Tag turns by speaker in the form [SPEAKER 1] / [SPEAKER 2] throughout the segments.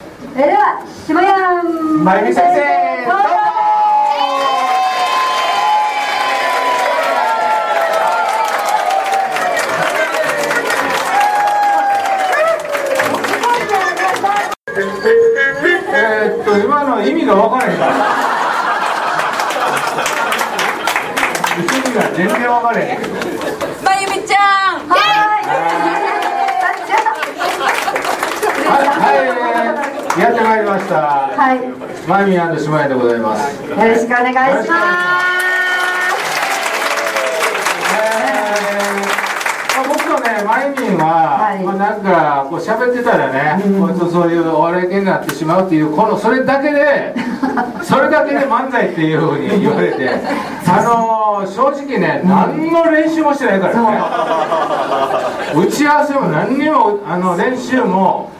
[SPEAKER 1] それでは下山
[SPEAKER 2] まゆみ先生どうぞえーっと今の意味が分からへんから意味が全然分からへんけど
[SPEAKER 3] まゆみちゃん
[SPEAKER 2] はい、はい、やってまいりました
[SPEAKER 1] はい、
[SPEAKER 2] まゆみ姉妹でございます
[SPEAKER 1] よろしくお願いします。
[SPEAKER 2] まあ僕とね、マイミンは、
[SPEAKER 1] はい
[SPEAKER 2] まあ、なんかこう喋ってたらね、こうちょっとそういうお笑い系になってしまうっていうこのそれだけ でそれだけで漫才っていうふうに言われ てあのー正直ね、何の練習もしてないからね打ち合わせも何にもあの練習も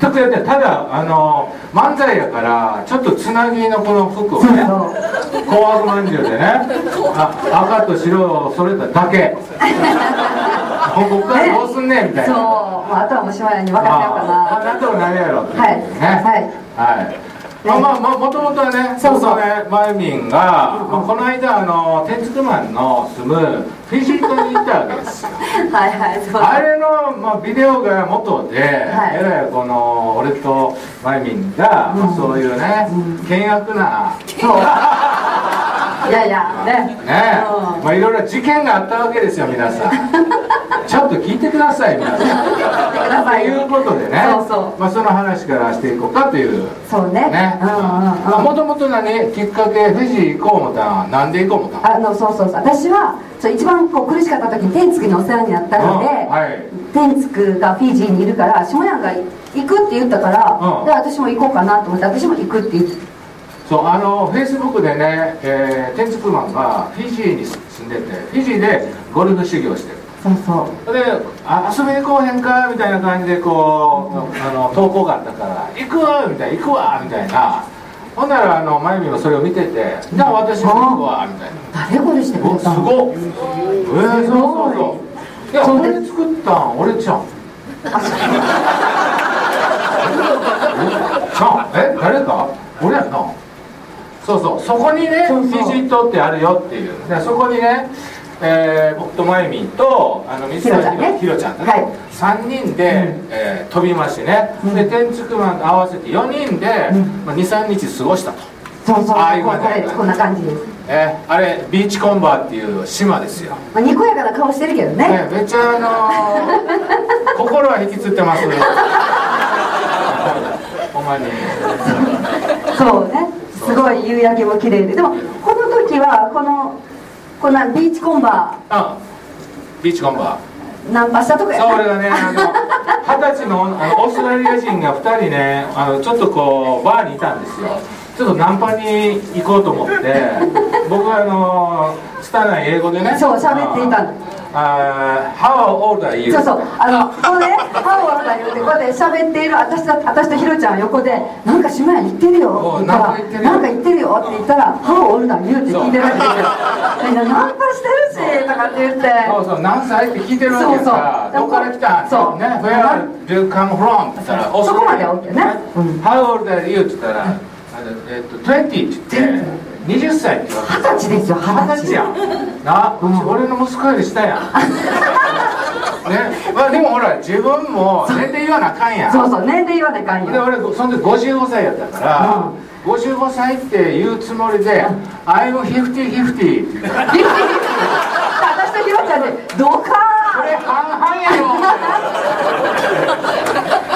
[SPEAKER 2] 全くやってないただあのー漫才やからちょっとつなぎのこの服をね紅白まんじゅうでねあ赤と白をそれただけ僕からどうすんねんみたい
[SPEAKER 1] そう、
[SPEAKER 2] な
[SPEAKER 1] まあ、あとはもう島屋に分かってようか
[SPEAKER 2] まあ、
[SPEAKER 1] な。
[SPEAKER 2] なんともなるやろってうね
[SPEAKER 1] はい
[SPEAKER 2] はい、まあまあ、まあ、もともとはね、
[SPEAKER 1] そうそう
[SPEAKER 2] 元ね、まゆみんが、まあ、この間、あの、天竺マンの住む。フィジートに行ったわけ ですよ。
[SPEAKER 1] はいはい、そう。
[SPEAKER 2] あれの、まあ、ビデオが元で、
[SPEAKER 1] はい
[SPEAKER 2] えらい、この、俺とまゆみんが、まあそういうね、険悪な。
[SPEAKER 1] いやいや、ね。
[SPEAKER 2] ねまあいろいろ事件があったわけですよ皆 さんちょっと聞いてください皆 さんと
[SPEAKER 1] さい
[SPEAKER 2] いうことでね
[SPEAKER 1] そうそ
[SPEAKER 2] まあ、その話からしていこうかという
[SPEAKER 1] うん、そうね。
[SPEAKER 2] ね
[SPEAKER 1] うんうんうん。
[SPEAKER 2] もともと何きっかけフィジー行こう思ったんはなんで行こう思ったん
[SPEAKER 1] あのそうそうそう私はそう一番こう苦しかった時に天竺にお世話になったので、
[SPEAKER 2] うんはい
[SPEAKER 1] 天竺がフィジーにいるから下屋が行くって言ったから、
[SPEAKER 2] うん
[SPEAKER 1] で私も行こうかなと思って私も行くって言って
[SPEAKER 2] そうあのフェイスブックでね、えー、天竺マンがフィジーに住んでてフィジーでゴルフ修行してる
[SPEAKER 1] そうそう
[SPEAKER 2] であ遊びに行こうへんかみたいな感じでこうあの投稿があったから「行くわ」みたいな「行くわ」みたいなほんならあのまゆみもそれを見てて「じゃあ私も行くわ」みたいな
[SPEAKER 1] 誰これしてく
[SPEAKER 2] お
[SPEAKER 1] れ
[SPEAKER 2] す
[SPEAKER 1] たの
[SPEAKER 2] ごっえー、そうそうそういや
[SPEAKER 1] そう
[SPEAKER 2] こ
[SPEAKER 1] で
[SPEAKER 2] れ作ったん俺ちゃんえちゃんえ誰か俺やんなそうそうそこにね
[SPEAKER 1] そうそう
[SPEAKER 2] フィジートってあるよっていうでそこにね、えー僕とまゆみんとあの
[SPEAKER 1] ひ
[SPEAKER 2] 水
[SPEAKER 1] ろちゃんね
[SPEAKER 2] ひろちゃんとね、
[SPEAKER 1] はい
[SPEAKER 2] 3人で、えー飛びましてね、
[SPEAKER 1] うん
[SPEAKER 2] で天竺マンと合わせて4人で、
[SPEAKER 1] うん
[SPEAKER 2] まあ、23日過ごしたと、
[SPEAKER 1] そうそう
[SPEAKER 2] ああいう
[SPEAKER 1] こ
[SPEAKER 2] 感じ
[SPEAKER 1] れこんな感じです、
[SPEAKER 2] えーあれビーチコンバーっていう島ですよ
[SPEAKER 1] まあ、にこやかな顔してるけどね
[SPEAKER 2] ね、めっちゃあの ー心は引きつってますね。ほんまに。
[SPEAKER 1] そうねすごい夕焼けも綺麗ででもこの時はこのこんなビーチコンバ
[SPEAKER 2] あ、ビーチコンバー。
[SPEAKER 1] ーナンパしたとこや
[SPEAKER 2] そう俺がね、あの二十歳のあのオーストラリア人が二人ね、あのちょっとこうバーにいたんですよ。ちょっとナンパに行こうと思って、僕はあのー、拙い英語でね。
[SPEAKER 1] そう喋っていたの
[SPEAKER 2] あー、How old are you?
[SPEAKER 1] そうそうあのこうね歯を渡りってこうやって喋っている私と私とひろちゃんは横で「なんか島屋行ってるよ」って言ったら
[SPEAKER 2] おう
[SPEAKER 1] 「なんか行ってるよ」って言ったら「歯を折るな言う」って聞いてるわけですよみんな「ナンパしてるし」とかって言って
[SPEAKER 2] そうそう、何歳って聞いてるわけやから、
[SPEAKER 1] そうそう
[SPEAKER 2] どこから来たん
[SPEAKER 1] そう
[SPEAKER 2] ね、Where do you come from? って言ったら、
[SPEAKER 1] そうそこまでは OK ねうん
[SPEAKER 2] How old are you? って言ったら、あのえっと、20って言って、20歳って言われて、
[SPEAKER 1] 二十歳ですよ
[SPEAKER 2] 二
[SPEAKER 1] 二
[SPEAKER 2] 十
[SPEAKER 1] 十歳
[SPEAKER 2] 歳やん。な、俺の息子より下 やん。ね、まあでもほら、自分も年齢言わなあかんやん。
[SPEAKER 1] そうそう年齢言わないかん
[SPEAKER 2] で
[SPEAKER 1] よ
[SPEAKER 2] 俺その時55歳やったから、55歳って言うつもりで「I'm 50-50」って言って
[SPEAKER 1] 私とひろちゃんで「どう
[SPEAKER 2] こ
[SPEAKER 1] か
[SPEAKER 2] れ半々やろ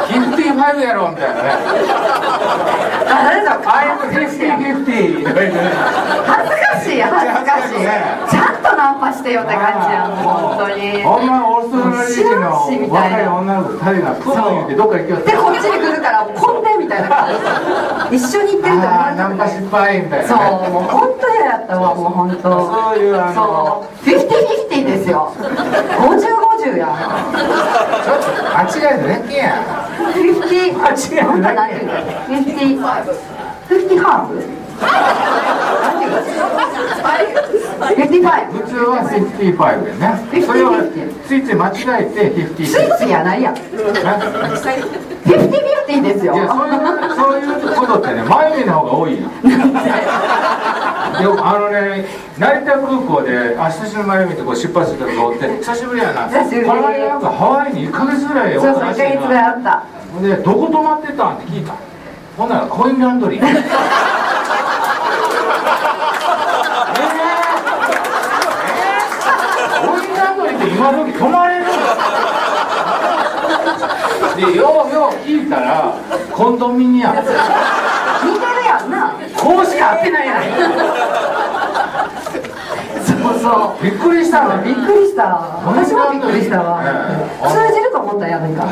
[SPEAKER 2] フィフティファイブやろみたいなね
[SPEAKER 1] ー」誰だか
[SPEAKER 2] アイムフィフティフィフティとか言ってね
[SPEAKER 1] 恥ずかしい恥ずかしいちゃんとナンパしてよって感じやん本当に
[SPEAKER 2] ほんまオーストラリア人の若い女の子2人がプーン言ってどっか行きよっ
[SPEAKER 1] で
[SPEAKER 2] た
[SPEAKER 1] こっちに来るからこんでみたいな感じ一緒に行ってると思
[SPEAKER 2] あ
[SPEAKER 1] わ
[SPEAKER 2] あ
[SPEAKER 1] れた
[SPEAKER 2] ナ
[SPEAKER 1] み
[SPEAKER 2] ンパ
[SPEAKER 1] たい
[SPEAKER 2] 失敗みたい
[SPEAKER 1] そう
[SPEAKER 2] なね
[SPEAKER 1] もう本当嫌やったわもう本当
[SPEAKER 2] そういうあの
[SPEAKER 1] そうフィフティフィフティですよ5050や
[SPEAKER 2] ちょっと間違えてねっけや
[SPEAKER 1] フィフティ
[SPEAKER 2] 間違いない
[SPEAKER 1] なんていうのフィフティフィフティハーフなんていうのフィフティファイ
[SPEAKER 2] 普通はフィフティファイブやねそれをついつい間違えてフィフティ
[SPEAKER 1] ブスイスやないやんフィフティフィフティですよ
[SPEAKER 2] いやそういうそういうことってね前見の方が多いよでもあのね成田空港で「あ久しぶり前見」ってこう出発するとこおって久しぶりやな
[SPEAKER 1] 久しぶり
[SPEAKER 2] この間なんかハワイに1か月ぐらいお
[SPEAKER 1] そうそう
[SPEAKER 2] っ
[SPEAKER 1] 1
[SPEAKER 2] たらし
[SPEAKER 1] ヶ月
[SPEAKER 2] い
[SPEAKER 1] ぐらい
[SPEAKER 2] な
[SPEAKER 1] あった
[SPEAKER 2] ほんでどこ泊まってたんって聞いたほんならコインラン ドリーえーえーコインランドリーって今時泊まれるでようよう聞いたらコンドミニアム
[SPEAKER 1] 似てるやんな
[SPEAKER 2] こうしか合ってないやない
[SPEAKER 1] そうそう
[SPEAKER 2] びっくりしたわ
[SPEAKER 1] びっくりした私もびっくりしたわ
[SPEAKER 2] うん
[SPEAKER 1] 通じると思ったやんか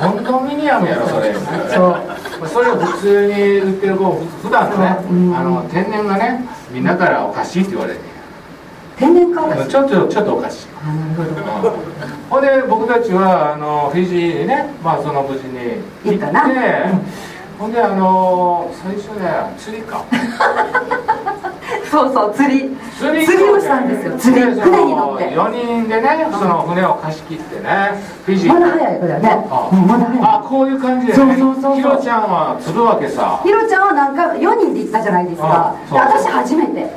[SPEAKER 2] コンドミニアムやろそれ
[SPEAKER 1] そう
[SPEAKER 2] それを普通に売ってる子普段ね、
[SPEAKER 1] うん
[SPEAKER 2] あの天然がねみんなからおかしいって言われて
[SPEAKER 1] 天然か私
[SPEAKER 2] ちょっとちょっとおかしい
[SPEAKER 1] あなるほど
[SPEAKER 2] ほんで僕たちはあのフィジーにね、まあ、その無事に行
[SPEAKER 1] 行
[SPEAKER 2] っ
[SPEAKER 1] った
[SPEAKER 2] て
[SPEAKER 1] な
[SPEAKER 2] ほんであの最初ね釣りか
[SPEAKER 1] そうそう釣り
[SPEAKER 2] 釣
[SPEAKER 1] 釣りをしたんですよ釣り
[SPEAKER 2] で
[SPEAKER 1] 船に乗って
[SPEAKER 2] その4人でねその船を貸し切ってねフィジー
[SPEAKER 1] まだ早いこれはね
[SPEAKER 2] あ
[SPEAKER 1] うんまだ早い
[SPEAKER 2] あこういう感じでね
[SPEAKER 1] そうそうそうそう
[SPEAKER 2] ひろちゃんは釣るわけさ
[SPEAKER 1] ひろちゃんはなんか4人で行ったじゃないですか
[SPEAKER 2] うん
[SPEAKER 1] で私初めてで
[SPEAKER 2] う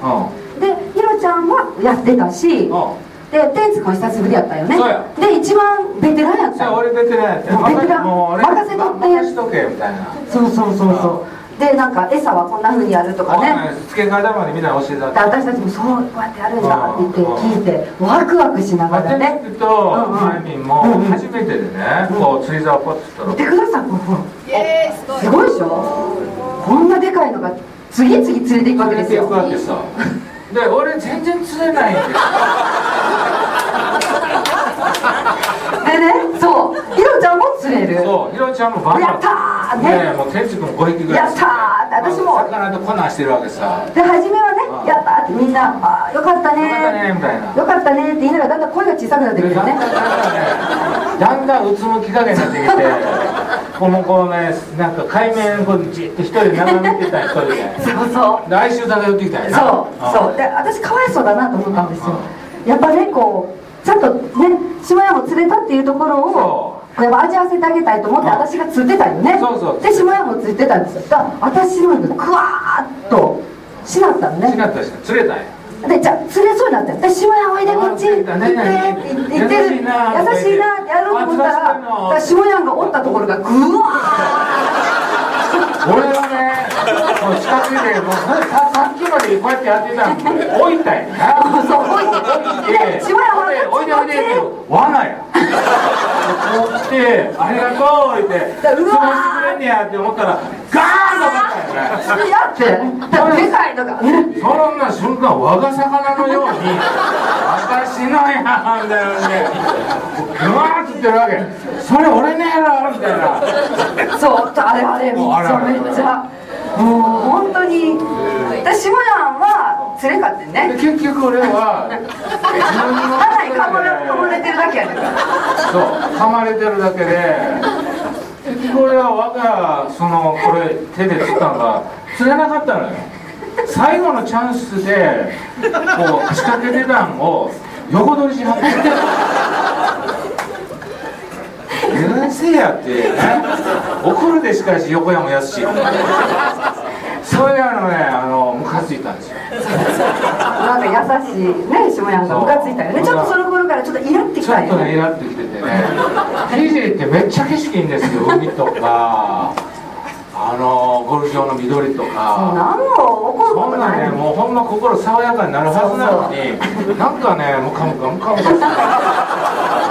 [SPEAKER 1] ひろちゃんはやってたし
[SPEAKER 2] んうん
[SPEAKER 1] で天津も久しぶりやったよね
[SPEAKER 2] そうや
[SPEAKER 1] で一番ベテランやっ
[SPEAKER 2] じ
[SPEAKER 1] た
[SPEAKER 2] ゃあ
[SPEAKER 1] よ
[SPEAKER 2] 俺ベテランやって
[SPEAKER 1] もうベテラン
[SPEAKER 2] もう俺
[SPEAKER 1] 任せとって
[SPEAKER 2] 任せとけみたいな
[SPEAKER 1] そうそうそうそうでなんか餌はこんなふうにやるとかね
[SPEAKER 2] ね付け方までみんな教えて
[SPEAKER 1] で私たちもそうこうやってやるんだって言って
[SPEAKER 2] うん
[SPEAKER 1] 聞いてワクワクしながらね
[SPEAKER 2] 私とマイミンも
[SPEAKER 1] うんうん
[SPEAKER 2] 初めてでねこう釣り竿をポッと
[SPEAKER 1] 見
[SPEAKER 2] 取っ
[SPEAKER 1] く
[SPEAKER 2] て
[SPEAKER 1] ださいここ
[SPEAKER 3] イエーイすご
[SPEAKER 1] すご
[SPEAKER 3] い
[SPEAKER 1] いでしょこんなでかいのが次々連れていくわけです
[SPEAKER 2] ていくわ
[SPEAKER 1] よ
[SPEAKER 2] けさで俺全然釣れないんですよ
[SPEAKER 1] でねそうひろちゃんも釣れる
[SPEAKER 2] そうひろちゃんもバンバン
[SPEAKER 1] やったーね
[SPEAKER 2] ねもう天竺も5匹ぐらい
[SPEAKER 1] やったーって私も
[SPEAKER 2] 魚とコナンしてるわけさ
[SPEAKER 1] で初め
[SPEAKER 2] う
[SPEAKER 1] は
[SPEAKER 2] ん
[SPEAKER 1] ねやったーってみんなあーよかったね
[SPEAKER 2] よかったねみたいな
[SPEAKER 1] よかったねって言いながらだんだん声が小さくなってくるよね
[SPEAKER 2] だんだんうつむき加減になってきてこのこうねなんか海面こうじっと一人で眺めてた一人で
[SPEAKER 1] そうそう
[SPEAKER 2] で哀愁漂ってきたんやな
[SPEAKER 1] そうそううで私かわいそうだなと思ったんですよ
[SPEAKER 2] う
[SPEAKER 1] やっぱねこうちゃんとね島屋も連れたっていうところをやっぱ味わわせてあげたいと思って
[SPEAKER 2] うん
[SPEAKER 1] 私が釣ってたよね
[SPEAKER 2] そうそう
[SPEAKER 1] で島屋も釣ってたんですよだから私のようにクワーッとしなったの
[SPEAKER 2] ん違
[SPEAKER 1] ね
[SPEAKER 2] ったし釣れたんや
[SPEAKER 1] でじゃあ釣れそうになったよで島屋おいでこっち行って
[SPEAKER 2] あ
[SPEAKER 1] 行っ
[SPEAKER 2] ー釣れたね
[SPEAKER 1] てって言って
[SPEAKER 2] 優しいなー
[SPEAKER 1] 優しいなーってやろうと思ったら
[SPEAKER 2] あ懐かしいなー
[SPEAKER 1] だから島屋がおったところがグワ
[SPEAKER 2] 俺はねもう近くでもうさささっきまでこうやってやってたのに置いたんやな
[SPEAKER 1] ーッ そう置いてで島屋
[SPEAKER 2] おいでおいで
[SPEAKER 1] こ
[SPEAKER 2] お
[SPEAKER 1] っ
[SPEAKER 2] い
[SPEAKER 1] ち
[SPEAKER 2] で
[SPEAKER 1] こっち
[SPEAKER 2] って罠やこう来てありがとうって
[SPEAKER 1] だうわー
[SPEAKER 2] 質問してくれんねやって思ったらガーンとかったんやね
[SPEAKER 1] やってでかいのがね
[SPEAKER 2] そんな瞬間我が魚のように私のやんだよねうわーって言ってるわけそれ俺のやろみたいな
[SPEAKER 1] そうあれあれめっち
[SPEAKER 2] もうあれあ
[SPEAKER 1] ゃ
[SPEAKER 2] れ
[SPEAKER 1] めっちゃもう本当に私もやんは釣れかって
[SPEAKER 2] で
[SPEAKER 1] ね
[SPEAKER 2] 結局俺は
[SPEAKER 1] かなりかぶれかぶれ
[SPEAKER 2] 自分の
[SPEAKER 1] てるだけやねんから
[SPEAKER 2] そう噛まれてるだけで結局俺は我がそのこれ手で釣ったのが釣れなかったのよ最後のチャンスでこう仕掛け値段を横取りし始めて先生やって、ね、怒るでしかし横山やすしそれあのねあのムカついたんですよ
[SPEAKER 1] なんか優しいね下やんがムカついたよねちょっとその頃からちょっとイラってき
[SPEAKER 2] ちょ
[SPEAKER 1] た
[SPEAKER 2] っ
[SPEAKER 1] よ
[SPEAKER 2] とね、イ
[SPEAKER 1] ね
[SPEAKER 2] ラってきててね、フィジーってめっちゃ景色いいんですよ、海とか、あのゴルフ場の緑と
[SPEAKER 1] もう
[SPEAKER 2] か、
[SPEAKER 1] 何も怒るこ
[SPEAKER 2] そ
[SPEAKER 1] と
[SPEAKER 2] んな
[SPEAKER 1] ない
[SPEAKER 2] ね、もうほんま心爽やかになるはずなのに、なんかね、ムカムカムカムカする。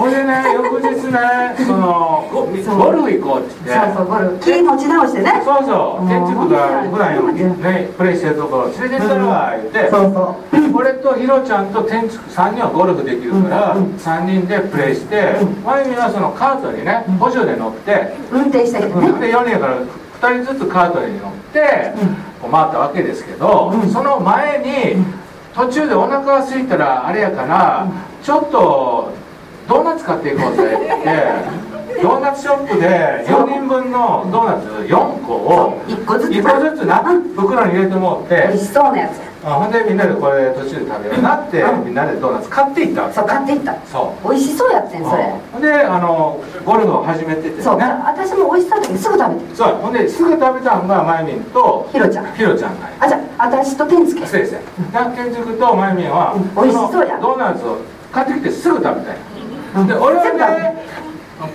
[SPEAKER 2] ほいでね、翌日ね、そのゴゴルフ行こうって言って
[SPEAKER 1] そう。そうゴルフ気持ち直してね
[SPEAKER 2] そうそう、建築が普段よく
[SPEAKER 1] うん
[SPEAKER 2] ね、プレイしてるところ連れてったるわ、言って、
[SPEAKER 1] そうそう
[SPEAKER 2] 俺とヒロちゃんと天竺3人はゴルフできるから
[SPEAKER 1] うん
[SPEAKER 2] 3人でプレイしてまゆみはそのカートにね補助で乗って
[SPEAKER 1] 運転したけどね
[SPEAKER 2] で4人やから2人ずつカートに乗ってこう回ったわけですけどその前に途中でお腹が空いたらあれやからちょっとドーナツ買っていこうぜって言 ってドーナツショップで4人分のドーナツ4個を
[SPEAKER 1] 一個ずつ
[SPEAKER 2] 1個ずつな袋に入れてもらっ
[SPEAKER 1] 美
[SPEAKER 2] て
[SPEAKER 1] 味しそうなやつ
[SPEAKER 2] あほんでみんなでこれ途中で食べようなってみんなでドーナツ買っていったんです
[SPEAKER 1] そう買っていった
[SPEAKER 2] そ
[SPEAKER 1] 美味しそうやってん
[SPEAKER 2] う
[SPEAKER 1] それ
[SPEAKER 2] ほんであのゴルフを始めててね
[SPEAKER 1] そう私も美味しそうだけどすぐ食べて
[SPEAKER 2] そうほんですぐ食べたのがまゆみんと
[SPEAKER 1] ひろちゃん
[SPEAKER 2] ひろちゃんがいる
[SPEAKER 1] あじゃあ私と天付
[SPEAKER 2] そうですね建築とまゆみんは
[SPEAKER 1] うん
[SPEAKER 2] こ
[SPEAKER 1] 美味しそうや
[SPEAKER 2] のドーナツを買ってきてすぐ食べたい
[SPEAKER 1] うん
[SPEAKER 2] で俺は
[SPEAKER 1] 全部ある
[SPEAKER 2] ね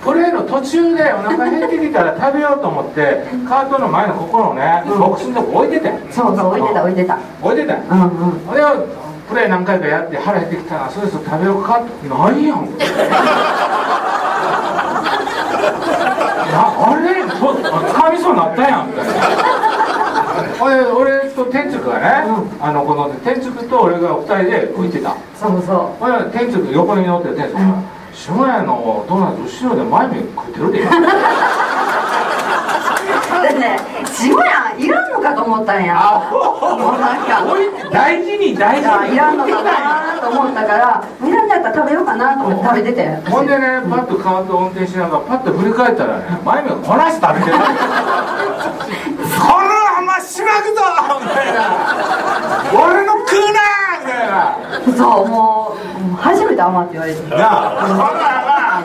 [SPEAKER 2] プレーの途中でお腹減ってきたら食べようと思ってカートの前のここのねボックスのとこ置いてて
[SPEAKER 1] そうそう置いてた置いてた
[SPEAKER 2] 置いてた
[SPEAKER 1] うんうん
[SPEAKER 2] 俺はプレー何回かやって腹減ってきたなそろそろ食べようかってないやんなあれとかみそうになったやんみたいな俺俺と天竺がね、あのこの天竺と俺が二人で浮いてた
[SPEAKER 1] そうそ
[SPEAKER 2] 俺は天竺横に乗ってて天竺が「下屋のドーナツ後ろで前見食ってるで」
[SPEAKER 1] うだってね塩やんいらんのかと思ったんやもうなんか
[SPEAKER 2] おい大事に大事
[SPEAKER 1] あ
[SPEAKER 2] に
[SPEAKER 1] いらんのかなと思ったからいらんのやったら食べようかなと思って食べてて
[SPEAKER 2] ほんでね、パッとカート運転しながら、パッと振り返ったらね、前目がこなし食べてる。このましまくぞみたいな。俺の食うなみたいな。
[SPEAKER 1] そうもうもう初めて甘って言われて
[SPEAKER 2] なあ、このまみ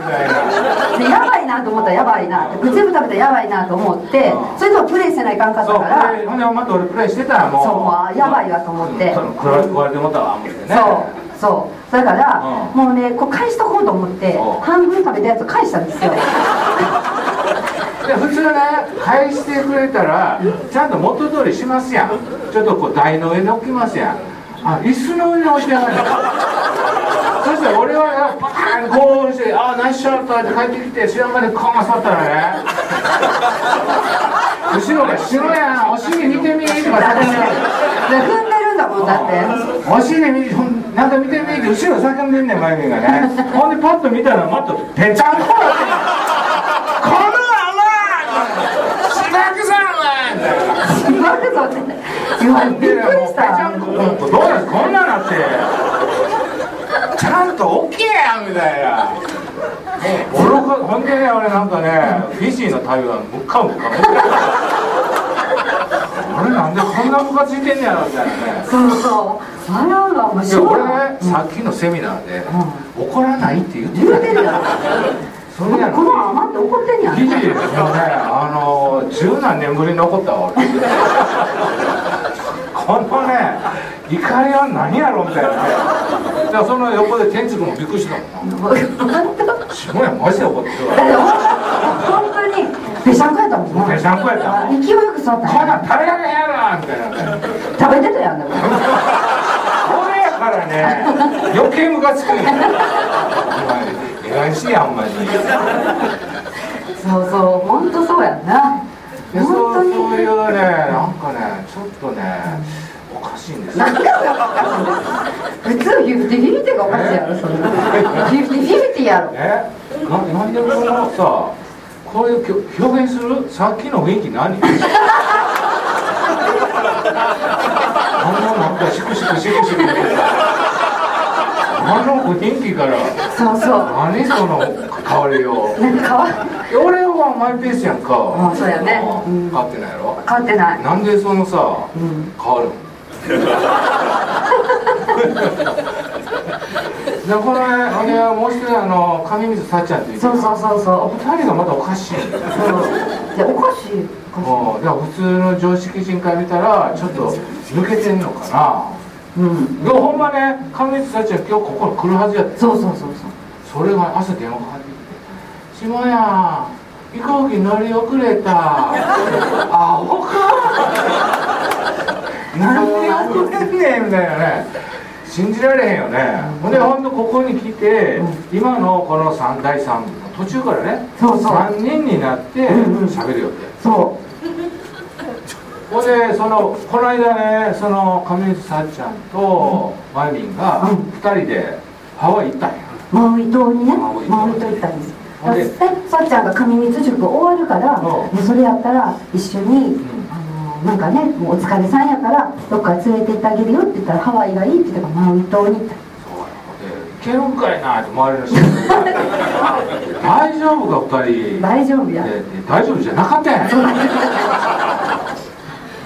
[SPEAKER 2] たいな。
[SPEAKER 1] でやばいなと思ったらやばいなって全部食べたらやばいなと思ってそれでもプレイせないかんかった
[SPEAKER 2] そう、
[SPEAKER 1] から
[SPEAKER 2] ほんで、また俺プレイしてたらもう。
[SPEAKER 1] そうもうやばいわと思って
[SPEAKER 2] その食われ食われてもったわ、思ってね。
[SPEAKER 1] そうそうだから、
[SPEAKER 2] う
[SPEAKER 1] もうねこう返しとこうと思って
[SPEAKER 2] お
[SPEAKER 1] 半分食べたやつを返したんですよ
[SPEAKER 2] で普通ね返してくれたらちゃんと元通りしますやんちょっとこう台の上に置きますやんあ椅子の上に置いてあるそしたら俺はパーンこうして「あナイスショット」って帰ってきて知らんまでコーン座ったらね後ろが「白やんお尻見てみ」とか
[SPEAKER 1] だってね
[SPEAKER 2] 叫
[SPEAKER 1] 踏んでるんだもんだって
[SPEAKER 2] んでお尻見ほんなんか見てみ」って後ろ叫んでんねん前面がねほんでパッと見たらまたぺちゃんこなってんのこの甘いしばくさんは
[SPEAKER 1] しまるぞって言われてびっくりし
[SPEAKER 2] いや
[SPEAKER 1] た
[SPEAKER 2] もうぺちゃんこどうなんこんなんなってちゃんと OK やみたいなおろかほんでね俺なんかねフィジーの旅はむかむかむか俺なんでこんなムカついてんねやろみたいなね
[SPEAKER 1] そうそうあらあらもう
[SPEAKER 2] い
[SPEAKER 1] し
[SPEAKER 2] や
[SPEAKER 1] ば
[SPEAKER 2] 俺
[SPEAKER 1] ら
[SPEAKER 2] ね、さっきのセミナーで、怒らないって言って
[SPEAKER 1] 言
[SPEAKER 2] た
[SPEAKER 1] うてるやん
[SPEAKER 2] それや
[SPEAKER 1] この
[SPEAKER 2] の
[SPEAKER 1] 甘って怒ってんやん
[SPEAKER 2] 記事ですよねあの十何年ぶりに残ったわ俺このね怒りは何やろみたいなねじゃあその横で天竺もびっくりしたもんな
[SPEAKER 1] 本当
[SPEAKER 2] 下屋マジで怒ってる
[SPEAKER 1] だって
[SPEAKER 2] わ
[SPEAKER 1] 本当にぺしゃんこやったもんな
[SPEAKER 2] ぺしゃんこやったもん
[SPEAKER 1] 勢いよく座ったん
[SPEAKER 2] こん
[SPEAKER 1] や
[SPEAKER 2] なん食べられへんやろみたいなね
[SPEAKER 1] 食べてたやんでも
[SPEAKER 2] 俺やからね余計ムカつくんやお前偉いしやほんまに
[SPEAKER 1] そうそう本当そうやんな
[SPEAKER 2] でそう
[SPEAKER 1] 本
[SPEAKER 2] そ
[SPEAKER 1] 当
[SPEAKER 2] うい
[SPEAKER 1] に
[SPEAKER 2] うねなんかねちょっとねおかしいんですよ
[SPEAKER 1] 普通フィフティフィフティがおかしいやろそんなフィフティフィフティやろ
[SPEAKER 2] えななんでこのさこういうきょ表現するさっきの雰囲気何あのなんかシクシクシクシクあの雰囲気から
[SPEAKER 1] そうそう
[SPEAKER 2] 何その変わりよう
[SPEAKER 1] なんか変わ
[SPEAKER 2] 俺はマイペースやんか
[SPEAKER 1] うんそうやねうん
[SPEAKER 2] 変わってないやろ
[SPEAKER 1] 変わってない
[SPEAKER 2] なんでそのさ、変わるのでこのね、あれもう一人あの上水さっちゃんっていう
[SPEAKER 1] そうそうそうそ
[SPEAKER 2] 二人がまたおかしいんだよ
[SPEAKER 1] うそうでおかしいおか
[SPEAKER 2] もうだから普通の常識人から見たらちょっと抜けてんのか
[SPEAKER 1] しいうん
[SPEAKER 2] なでもほんまね上水さっちゃん今日ここに来るはずやって
[SPEAKER 1] そうそうそうそう
[SPEAKER 2] それが朝電話かかってきて「下や飛行機乗り遅れた」 「アホか」「なんで遅れんねん」みたいなね信じられへんよね、ほんでほんとここに来て、今のこの三第三部の途中からね
[SPEAKER 1] そうそう
[SPEAKER 2] 3人になって
[SPEAKER 1] うんうん
[SPEAKER 2] 喋るよって、
[SPEAKER 1] そ
[SPEAKER 2] ほんでそのこの間ねその上水さっちゃんとまゆみんが
[SPEAKER 1] うん
[SPEAKER 2] 2人でハワイ行ったんや、
[SPEAKER 1] うマウイ島にね
[SPEAKER 2] マウイ島
[SPEAKER 1] マウイ島行ったんです
[SPEAKER 2] ほんで
[SPEAKER 1] でさっちゃんが上水塾終わるから
[SPEAKER 2] う
[SPEAKER 1] もうそれやったら一緒に
[SPEAKER 2] ん
[SPEAKER 1] あのなんかねもうお疲れさんやからどっか連れて行ってあげるよって言ったらハワイがいいって言ったからマウイ島に行った
[SPEAKER 2] そうやでいけるんかいなって周りの人 が大丈夫か二人
[SPEAKER 1] 大丈夫や
[SPEAKER 2] でで大丈夫じゃなかったやん